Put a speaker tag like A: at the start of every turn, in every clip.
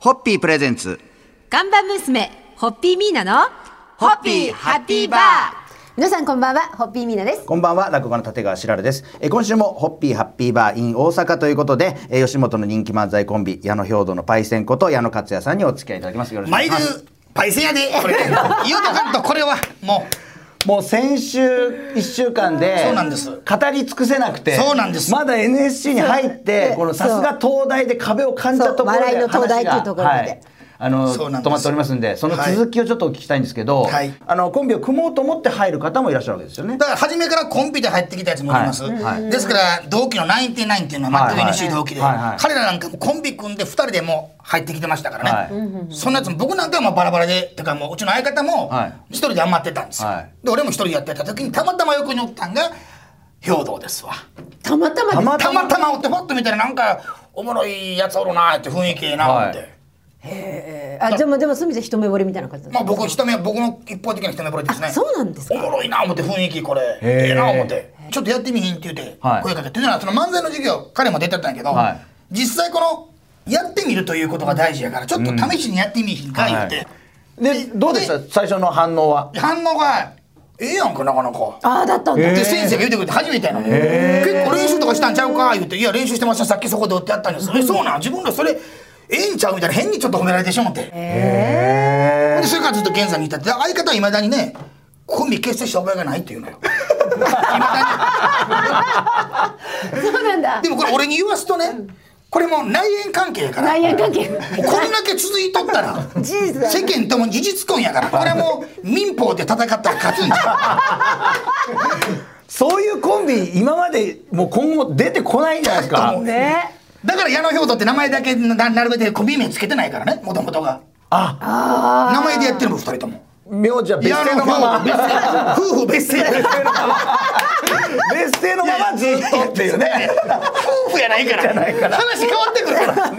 A: ホッピープレゼンツ。
B: ガンバ娘、ホッピーミーナの、
A: ホッピーハッピーバー
B: 皆さんこんばんは、ホッピーミーナです。
A: こんばんは、落語家の立川しらるです。えー今週もホッピーハッピーバー in 大阪ということで、えー吉本の人気漫才コンビ、矢野兵道のパイセンこと矢野克也さんにお付き合いいただきます。よろしくお
C: マ
A: 願い
C: イ
A: し
C: ル
A: ます。
C: パイセンやでこれ言うとかんとこれはも
A: もう先週一週間で
C: そうなんです
A: 語り尽くせなくて
C: そうなんです
A: まだ NSC に入って
B: そう
A: このさすが東大で壁を感じたところで
B: そう笑いの東
A: 話
B: 大
A: が
B: というところまで
A: はいあの
C: そうなんです
A: 止まっておりますんでその続きをちょっとお聞きしたいんですけど、
C: はい
A: あのコンビを組もうと思って入る方もいらっしゃるわけですよね
C: うだから初めからコンビで入ってきたやつもいます、
A: はいはい
C: ですから同期のナインティナインっていうのは全く
A: はいはい
C: NC 同期で、
A: はいはい
C: 彼らなんかもコンビ組んで2人でもう入ってきてましたからね、そんなやつも僕なんかはもうバラバラでてかもううちの相方も
A: はい
C: 一人で余ってたんですよ、
A: はい
C: で俺も一人でやってた時にたまたま横におったんが兵道ですわ
B: たまたま
A: たま
C: た
A: たま
C: またまおってパッと見たらなんかおもろいやつおるなーって雰囲気ええなーって、
A: はい
B: えーあ、でもでもそういう意味じゃ一目惚れみたいな感じだった
C: まあ僕一目僕の一方的な一目惚れですね
B: あそうなんですか
C: おもろいな思って雰囲気これええな思ってちょっとやってみひんって言って
A: はい
C: 声かけて、でその漫才の授業彼も出てたんやけど、
A: はい
C: 実際このやってみるということが大事やからちょっと試しにやってみひんか言って、
A: でどうでした最初の反応は
C: 反応がええやんかなかなか。
B: ああ、だったんだ。
A: えー
C: で先生が言うてくれて初めてやのに、結構練習とかしたんちゃうか言うて「いや練習してましたさっきそこでおってやったんです」えそうなん自分らそれええんちゃう?」みたいな変にちょっと褒められてしまって、
A: へ
C: でそれからずっと現在に至ってで相方はいまだにねコンビ結成した覚えがないっていうのよ未だ
B: そうなんだ
C: に。でもこれ俺に言わすとねこれもう内縁関係やから
B: 内
C: もう
B: 縁関 係。
C: こんだけ続いとったら
B: 事実だ。
C: 世間とも事実婚やからこれはもう民法で戦ったら勝つんだ
A: そういうコンビ今までもう今後出てこないんじゃないです
C: ちょっと
A: か
C: も
B: ね。
C: だから矢野兵道って名前だけななるべくコンビ名つけてないからねもともとが
A: あ
C: 名前でやってるもん2人とも
A: 名字は別
C: 矢野
A: 姓
C: 兵
A: のま
C: 道
A: ま
C: 別姓夫婦別姓
A: 別姓のままずっとっていうね
C: 夫婦やないから話変わってくる から、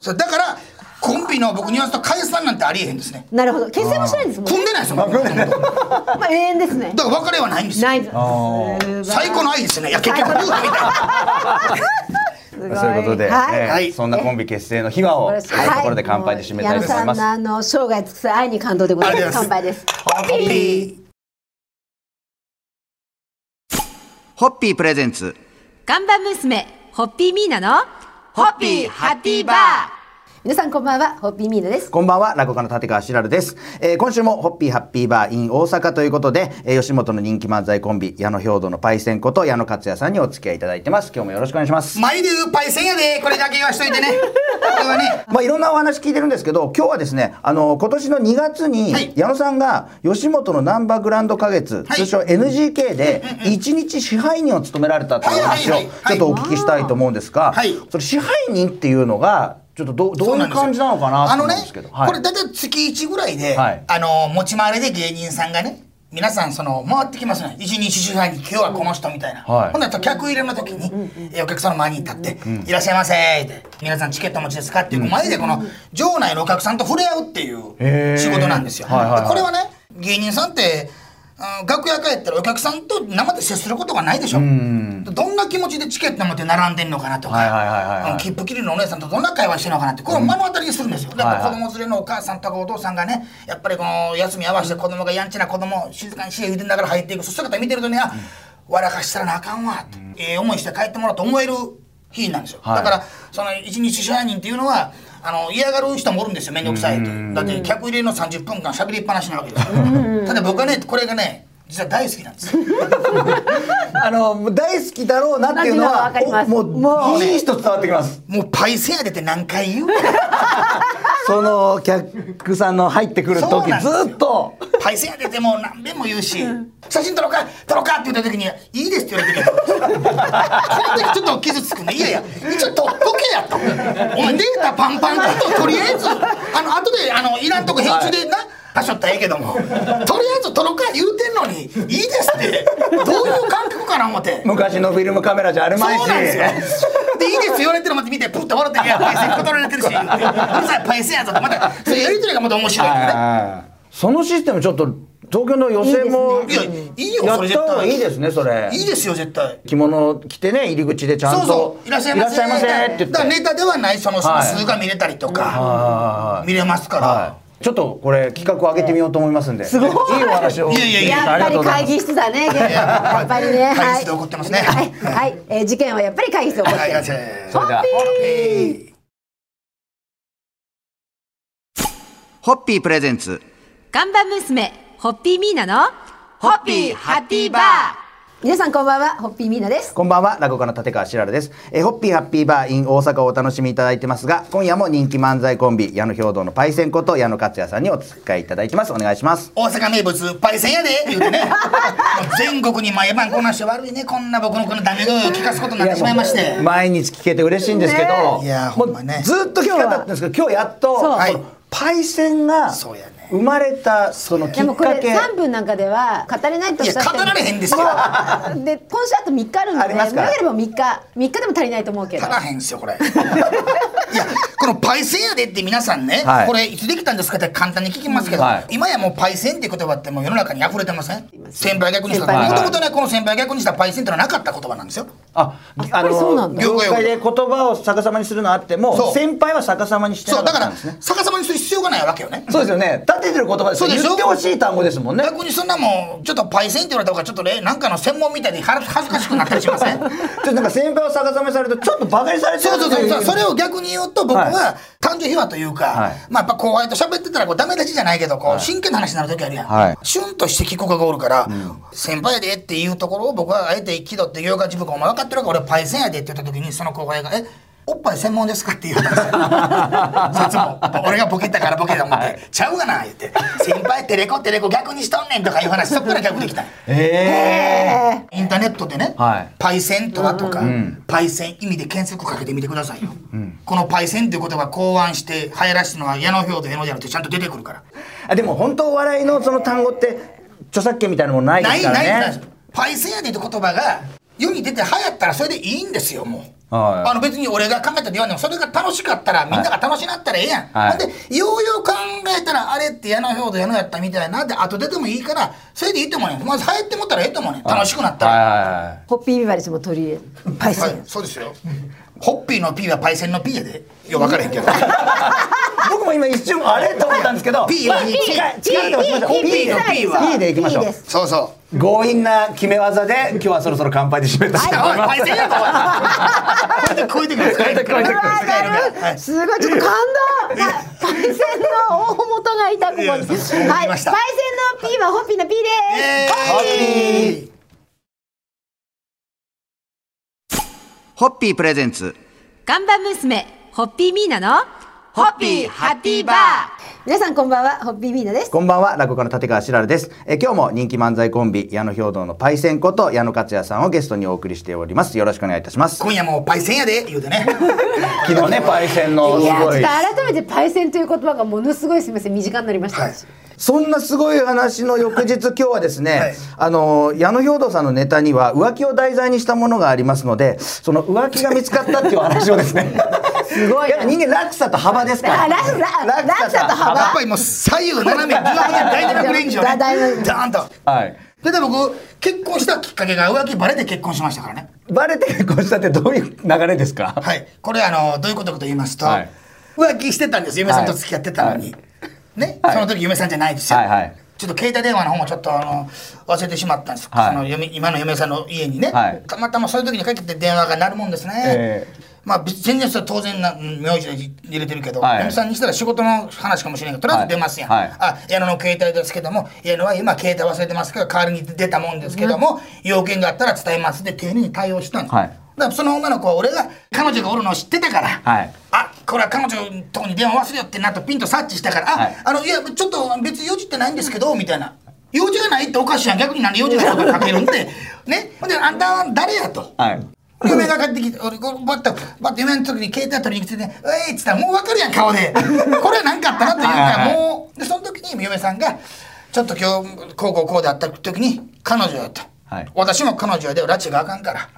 C: そうだからコンビの僕ニュアンスと解散なんてありえへんですね
B: なるほど。結成もしないんですもん
C: 組ん
B: ね。
C: でないですよ僕だか
B: まあ永遠ですね。
C: ら別れはないんですよ
B: ないです。
C: 最高の愛ですねいや結局夫婦みたいな
B: すごい。
A: そういうことで、
B: はい。
A: えー
C: はい
A: そんなコンビ結成の秘話を、
B: は
A: このところで乾杯で締めたいと思います。
B: 矢野さんのあの生涯尽くす愛に感動でござい
C: あ
B: ま
C: り
B: す。
C: が
B: 乾
C: とうござ
B: 杯
C: い
B: です。
C: コンビ
D: ホッピープレゼンツ。
B: ガンバ娘、ホッピーミーナの、
D: ホッピーハッピーバー
B: 皆さんこんばんは、ホッピーミーナです。
A: こんばんは、落語家の立川しらるです。えー今週もホッピーハッピーバー in 大阪ということで、えー吉本の人気漫才コンビ、矢野兵道のパイセンこと矢野克也さんにお付き合いいただいてます。今日もよろしくお願いします。
C: マイルーパイセンやでこれだけ言わしといてねこれはね
A: まあ、いろんなお話聞いてるんですけど今日はですねあの今年の2月に
C: はい
A: 矢野さんが吉本のナンバーグランド花月、
C: はい
A: 通称 NGK で1日支配人を務められたという話を
C: は
A: ち
C: いはいはいは
A: ょ
C: い
A: っとお聞きしたいと思うんですが、
C: はい
A: それ支配人っていうのがちょっとどどういう感じなのかなと
C: あ
A: 思
C: の
A: うん
C: ね
A: ですけど。はい
C: これ大体月1ぐらいで、
A: はい
C: あの持ち回りで芸人さんがね皆さんその回ってきますね一日支配に今日はこの人みたいな、
A: はい
C: ほんなら客入れの時に、えお客さんの前に立って「いらっしゃいませ」って「皆さんチケットお持ちですか?」っていう、前でこの場内のお客さんと触れ合うってい
A: へー
C: う仕事なんですよ、
A: はいはいはい
C: でこれはね芸人さんってうん楽屋帰ったらお客さんと生で接することがないでしょ、どんな気持ちでチケット持って並んでんのかなとか、
A: はいはいはいはいはい
C: うん切符切りのお姉さんとどんな会話してるのかなってこれを目の当たりにするんですよだから子供連れのお母さんとかお父さんがねやっぱりこの休み合わせて子供がやんちな子供を静かにしや言うてんだから入っていくそしたら見てるとねあ笑かしたらなあかんわって、ええ思いして帰ってもらおうと思える日なんですよ、
A: はい
C: だからその一日支配人っていうのはあの嫌がる人もおるんですよ面倒くさいってだって客入れの30分間しゃべりっぱなしなわけですよただ僕はねこれがね実は大好きなんですよ
A: あの大好きだろうなっていうのは
B: なんていうのはわかります
A: おもういい人伝わってきます。
C: もうパイセンやでって何回言う
A: その客さんの入ってくる
C: そう
A: 時
C: なんですよ
A: ずっと
C: パイセンやでてもう何遍も言うし、写真撮ろうか撮ろうかって言った時に「いいです」って言われてるこの時ちょっと傷つくね「いやいやちょっとどけや」と「お前データパンパンだととりあえずあの後であのいらんとこ編集でな、はしょったらええけどもとりあえず撮ろうか言うてんのに「いいです」ってどういう感覚かな思って。
A: 昔のフィルムカメラじゃあるまいし
C: そうなんですよ。で、いいですよ言われてるのまた見て、プッと笑って、いや、パイセン断られてるし、うるさい、パイセンやぞと、また、そういうやりとりがまた面白いんだよね。
A: そのシステムちょっと東京の予選も
C: いいですねいやいいよ
A: や
C: それ
A: っ
C: 絶
A: た
C: 対
A: 方がいいですねそれ
C: いいですよ絶対
A: 着物着てね入り口でちゃん
C: そ
A: と
C: うそういらっしゃいませ
A: ませって言って
C: だからネタではないその
A: はい
C: 数が見れたりと
A: はい
C: か
A: はいはい
C: 見れますから
A: はいちょっとこれ企画上げてみようと思いますんで、すごいいお話を
C: いやいやい
A: あ
B: や
A: りがと
B: っぱり
A: うござい
B: 会
A: ます
B: 議室だね。やっぱりね。
C: や会議
B: は
C: 室
B: い。
C: で怒ってますね
B: はい。はいえー事件はやっぱり会議室で怒っ
C: は
B: て
C: い
B: る。
C: せー
A: それでは
D: ホッピープレゼンツ
E: ガンバ娘、ホッピーミーナの、
D: ホッピーハッピーバー
B: 皆さんこんばんは、ホッピーミーナです。
A: こんばんは、落語家の立川しらるです。えーホッピーハッピーバー in 大阪をお楽しみいただいてますが、今夜も人気漫才コンビ、矢野兵道のパイセンこと矢野克也さんにお付き合いいただいてます。お願いします。
C: 大阪名物パイセンやで言う てねもう全国に毎晩こんな人悪いねこんな僕のこのダメ声を聞かすことになってしまいまして
A: 毎日聞けて嬉しいんですけど、
C: ねいや
A: も
C: ほんま
A: う
C: ね
A: ずっと聞かなかったんですけど、今日やっと、こ
B: そう
A: のパイセンが
C: そうやね
A: 生まれたそのき
B: で
A: っ
B: もこ
A: か
B: れ
A: け。
B: 3分なんかでは語れないと
C: い
B: おっ
C: や
B: しゃって
C: 語られへんですよ
B: んで今週あと3日あるんで
A: ありますから
B: 長ければ3日3日でも足りないと思うけど
C: 足らへんっすよこれ いやこのパイセンやでって皆さんね、
A: はい
C: これいつできたんですかって簡単に聞きますけど、
A: はい
C: 今やもうパイセンって言葉ってもう世の中に溢れてません先輩逆にした
B: 先輩
C: も
A: 逆
C: ともとねこの先輩逆にしたパイセンってのはなかった言葉なんですよ
A: あ、あ
B: やっぱりそうな
A: の
B: んだ
A: 業界で言葉を逆さまにするのあって
C: そ
A: も、
C: う
A: 先輩は逆さまにして
C: そ
A: な
C: う
A: か
C: だ
A: ったん
C: から
A: ですね。
C: 逆さまにする必要がないわけよね
A: そうですよね。立ててる言葉ですよ。
C: そうでし
A: 言
C: ょ
A: ってほしい単語ですもんね。
C: 逆にそんなもんちょっとパイセンって言われた方がちょっとねなんかの専門みたいには恥ずかしくなったりしません
A: ちょっとなんか先輩を逆さまにされるとちょっとバカにされてる
C: そうそう
A: って
C: そ
A: いう
C: そうそれを逆に言うと僕
A: は
C: は感情秘話というか、
A: はい
C: まあやっぱ後輩と喋ってたらこうダメ出しじゃないけどこう真剣な話になる時あるやん、
A: はい
C: シュンとして聞く子がおるから、先輩やでっていうところを僕はあえて気取って業界自分がお前分かってるから俺パイセンやでって言った時にその後輩が「えおっぱい専門ですか?」って言う たんですよそいつも俺がボケたからボケた思って「ちゃうがな」言って「先輩テレコテレコ逆にしとんねん」とかいう話そっから逆できたんよ
A: え
C: インターネットでね、
A: はい
C: パイセンとはとか、パイセン意味で検索かけてみてくださいよ、このパイセンという言葉考案して流行らしたのは矢野表と矢野じゃなくてちゃんと出てくるから
A: ー、あでも本当お笑いのその単語って著作権みたいなものないで
C: ない
A: すから
C: な
A: ね
C: いないパイセンやでって言葉が世に出て流行ったらそれでいいんですよもう、
A: はい
C: あの別に俺が考えたって言わんでもそれが楽しかったらみんなが楽しなったらええやん、
A: はい
C: ほんでようよう考えたらあれって矢野表と矢野やったみたいなって後出てもいいからそれでいいと思うねんまず流行ってもったらええと思うねん楽しくなったら、
A: はいはい
B: ホッピービバレッジも取り入れパイセン、
C: はい、そうですよ。ホッピーの P はパイセンの P やで。いや、分からへんけど。
A: はい僕も今一瞬あれと思ったんですけど
C: P は P
A: 近い近いとこしましょう
C: P
A: P で
C: の P は
A: P でいきましょ
B: いいで
A: う
B: す
C: そうそう。
A: 強引な決め技で今日はそろそろ乾杯で締めたい
C: おい、
A: と思いま
C: パ
A: す
C: イセンやぞ。こうやって超えてくる。使える
A: 超え
C: から
A: てくる
B: わかるすごいちょっと感動パパイセンの大元がいたここに
C: い
B: は
C: や
B: い
C: そう
B: パイセンの
C: 思いました
B: P はホッピーの P です
A: ホッピー
D: ホッピープレゼンツ
E: ガンバ娘、ホッピーミーナの、
D: ホッピーハッピーバー
B: 皆さんこんばんはホッピーミーナです
A: こんばんは落語家の立川しらるですえー今日も人気漫才コンビ矢野兵道のパイセンこと矢野克也さんをゲストにお送りしておりますよろしくお願いいたします
C: 今夜もパイセンやで、言うてね。
A: 昨日ねパイセンの
B: い
A: す
B: やちょっ
A: ご
B: と
A: い
B: 改めてパイセンという言葉がものすごいすみません身近になりました、
C: はい
A: そんなすごい話の翌日、今日はですね、
C: はい
A: あの、矢野兵道さんのネタには浮気を題材にしたものがありますので、その浮気が見つかったっていうお話をですね。すごい。やっぱ人間落差と幅ですから。
B: あ落差
A: 落差
B: 落差と幅
C: やっぱりもう左右斜め、ぐわぐわ大体のレンジをね。ダ
B: だいぶ
C: ーンと。
A: はい。
C: で、で僕、結婚したきっかけが浮気バレで結婚しましたからね。
A: バレて結婚したってどういう流れです か
C: はい、これあのどういうことかと言いますと、
A: はい
C: 浮気してたんです嫁さんと付き合ってたのに、
A: は
C: ね、
A: はい
C: その時嫁さんじゃないですよ、
A: はいはい
C: ちょっと携帯電話の方もちょっとあの忘れてしまったんです、
A: はい
C: その嫁今の嫁さんの家にね、
A: はい
C: たまたまそういう時にかけて電話が鳴るもんですね、
A: え
C: まあ別全然それは当然なうん名字で入れてるけど、
A: はい
C: 嫁さんにしたら仕事の話かもしれないけどとりあえず出ますやん、
A: はいはい
C: あ矢野の携帯ですけども矢野は今携帯忘れてますけど代わりに出たもんですけども、要件があったら伝えますで丁寧に対応したんです、
A: はい
C: だからその女の子は俺が彼女がおるのを知ってたから、
A: はい
C: あこれは彼女のとこに電話忘れよってなとピンと察知したから「あ,、
A: はい
C: あのいやちょっと別に用事ってないんですけど」みたいな「用事がないっておかしいやん逆に何で用事があるからかけるんでねほんであんたは誰やと。
A: はい。
C: 嫁が帰ってきて、俺、こうバッと、バッと嫁の時に携帯取りに来てね、うえいっつったら、もう分かるやん、顔で。これは何かあったなって言うから、もう、で、その時に嫁さんが、ちょっと今日、こうこうこうであった時に、彼女やと。
A: はい
C: 私も彼女やで、拉致があかんから、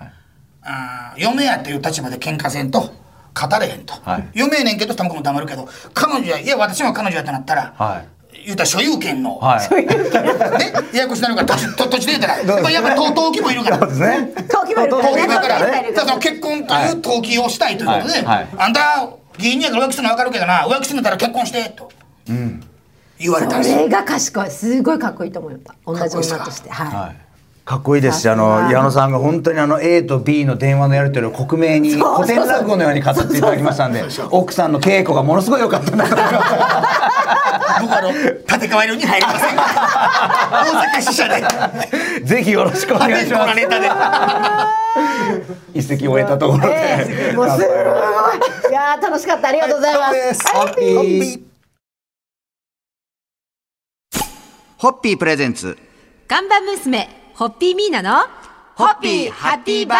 C: あー嫁やっていう立場で喧嘩せんと、語れへんと。
A: はい
C: 嫁やねんけど、多分こも黙るけど、彼女や、いや、私も彼女やってなったら、
A: はい。
C: 言うたら所有権の、
A: はい。そう
C: ね、ややこしなるから土地と土地で言うたらやっぱやっぱと登記もいるから
A: ですね。
B: 登記もいるから
C: 登
B: ね
C: 記だから
B: 登記もい
C: ね
B: る
C: だからその結婚という登記をしたいということで、
A: はいはい
C: あんた芸人やから浮気するの分かるけどな浮気するんだったら結婚してと、言われたんです
B: そ
C: よ
B: れが賢いすごいかっこいいと思うやっぱ同じ女としてはい、
A: はい。かっこいいですし、あ
B: さす
A: の
B: が
A: 矢野さんが本当にあの A と B の電話のやり取りを克明に
B: そう
A: 古典落語のように語っていただきましたんで
C: そうそう、
A: 奥さんの稽古がものすごい良かったんだと思います。
C: 僕はあの立て替えるに入り ません大阪支社で
A: ぜひよろしくお願いし
C: こ
A: ま
C: ら
A: す。
C: ネタで
A: 一席終えたところ
B: え
A: で
B: え。もうすごいいやー楽しかったありがとうございます、
A: ハッピー。
D: ホッピープレゼンツ
E: 看板娘、ホッピーミーナの、
D: ホッピーハッピーバー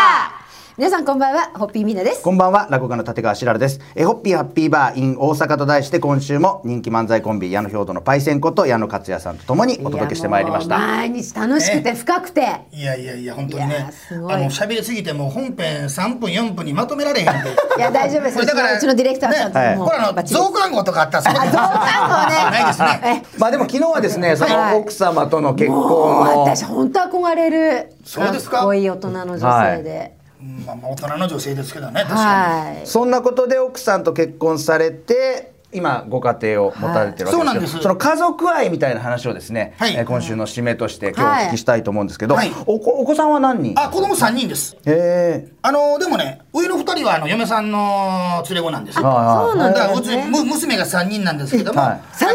B: 皆さんこんばんはホッピーミーナです
A: こんばんは、落語家の立川しらるです。え、ホッピーハッピーバー in 大阪と題して、今週も人気漫才コンビ、矢野兵道のパイセンこと矢野克也さんとともにお届けしてまいりまし
B: やも
A: た。
B: う毎日楽しくて深くて、
C: いやいやいや本当に
B: いや
C: ね
B: ー
C: あ
B: すごい
C: の喋りすぎてもう本編三分四分にまとめられへんって
B: いや大丈夫です
C: これだから
B: うちのディレクターさんと
A: ね
B: も
C: これあ
B: バ
C: の
B: ッチリ
C: 増刊号とかあったらそこでないです
B: あ
C: ね
B: ね
A: まあでも昨日はですね、そ
B: はい
A: の奥様との結婚
B: もう
A: の、
B: 私本当憧れる
C: そうですか
B: っこいい大人の女性で
C: うんまあまあ大人の女性ですけどね確か
B: はい、
A: そんなことで奥さんと結婚されて、今ご家庭を持たれてるわけですけど、
C: はいそうなんです
A: の家族愛みたいな話をですね、
C: はい
A: えー今週の締めとして今日お聞きしたいと思うんですけど、
C: はい
A: お子お子さんは何人
C: にあ子供三人です
A: え
C: あのでもね上の二人はあの嫁さんの連れ子なんですよ
B: そうなんだ
C: だから
B: よ
C: うち
B: ね
C: む娘が三人なんですけども
A: はい
B: 三姉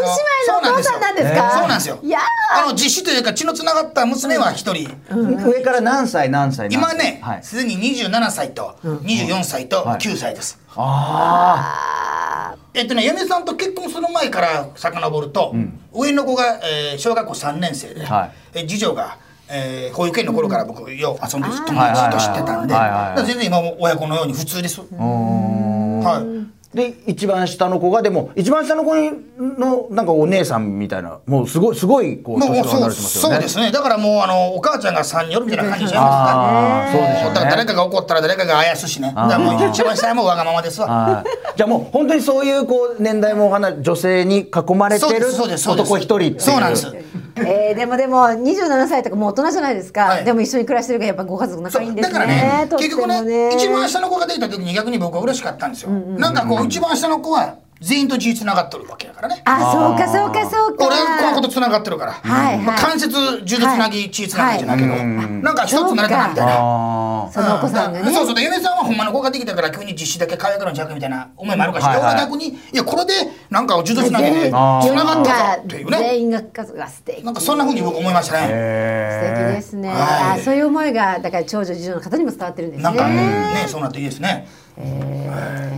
B: 妹のお父さんなんですか、
C: そうなんですよ
B: いや
C: あの実子というか血のつながった娘は一人
A: 上から何歳何歳何
C: 今
A: 歳
C: ね
A: はい、
C: すでに27歳と24歳と9歳です。
A: あ
C: えっとね、嫁さんと結婚する前から遡ると、上の子が、えー小学校3年生で、
A: は
C: え次女が、えー保育園の頃から僕よう遊んでる友
A: はいはい
C: 達と知ってたんで、
A: はいはいはい
C: だから全然今も親子のように普通です。
A: ーうーん
C: はい
A: で一番下の子がでも一番下の子のなんかお姉さんみたいなもうすごいすごいこう
C: もうも
A: 年
C: う
A: が離れてま
C: そう
A: すよ
C: そう
A: ね。
C: ですねだからもうあのお母ちゃんが3人おるみたいな感じじゃない
A: ああ
C: です
A: そう
C: か
A: でしょ
C: だから
A: う
C: 誰
A: ね。
C: かが怒ったら誰かがあやすしねだからもう一番下はもうわがままですわ
A: はいじゃあもう本当にそういうこう年代も離れ女性に囲まれ
C: そう
A: て
C: で
A: る
C: すそうですそうです
A: 男一人っていう。
C: そうなんです
B: えー、でもでも27歳とかもう大人じゃないですか、
C: はい
B: でも一緒に暮らしてるからやっぱご家族仲いいんです
C: だ
B: ね
C: からね
B: とって
C: 結局
B: もね
C: ね一番下の子ができた時に逆に僕は嬉しかったんですよ、なんかこう一番下の子は全員と血つながっとるわけだからね
B: あそうかそうかそうか
C: 俺はこの子とつながってるから、
B: はいはい
C: 関節柔術つなぎ血つなぎじゃないけど、なんか一つになれたなみたいな。
A: あ
B: そのお子さんが
C: う
B: ね
C: そうそうで嫁さんはほんまの子ができたから急に実施だけ可愛くなっちゃうみたいな思いもあるかし、
A: はいはい
C: 俺は逆にいやこれでなんか柔術つなぎ
B: 全
C: で
B: 員
C: つ
A: あー
C: ながったぞっていうね
B: 全員が家族が素敵
C: なんかそんなふうに僕思いましたね
B: 素
A: へ
B: 敵
A: え。
B: ですね、あそういう思いがだから長女次女の方にも伝わってるんですね
C: なんかねそうなっていいですね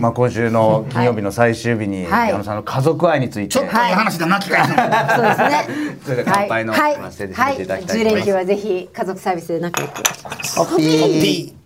A: まあ今週の金曜日の最終日に
B: はい
A: 矢野さんの家族愛につい
C: ち
A: て
C: ょっといい話だなって感じ
B: そうですね
A: それでは乾杯の
B: はい
A: お話で締
B: は
A: め
B: い
A: ていただきたいと思います
B: 10連休はぜひ家族サービスで仲良く
A: ホッピー
C: ホッピー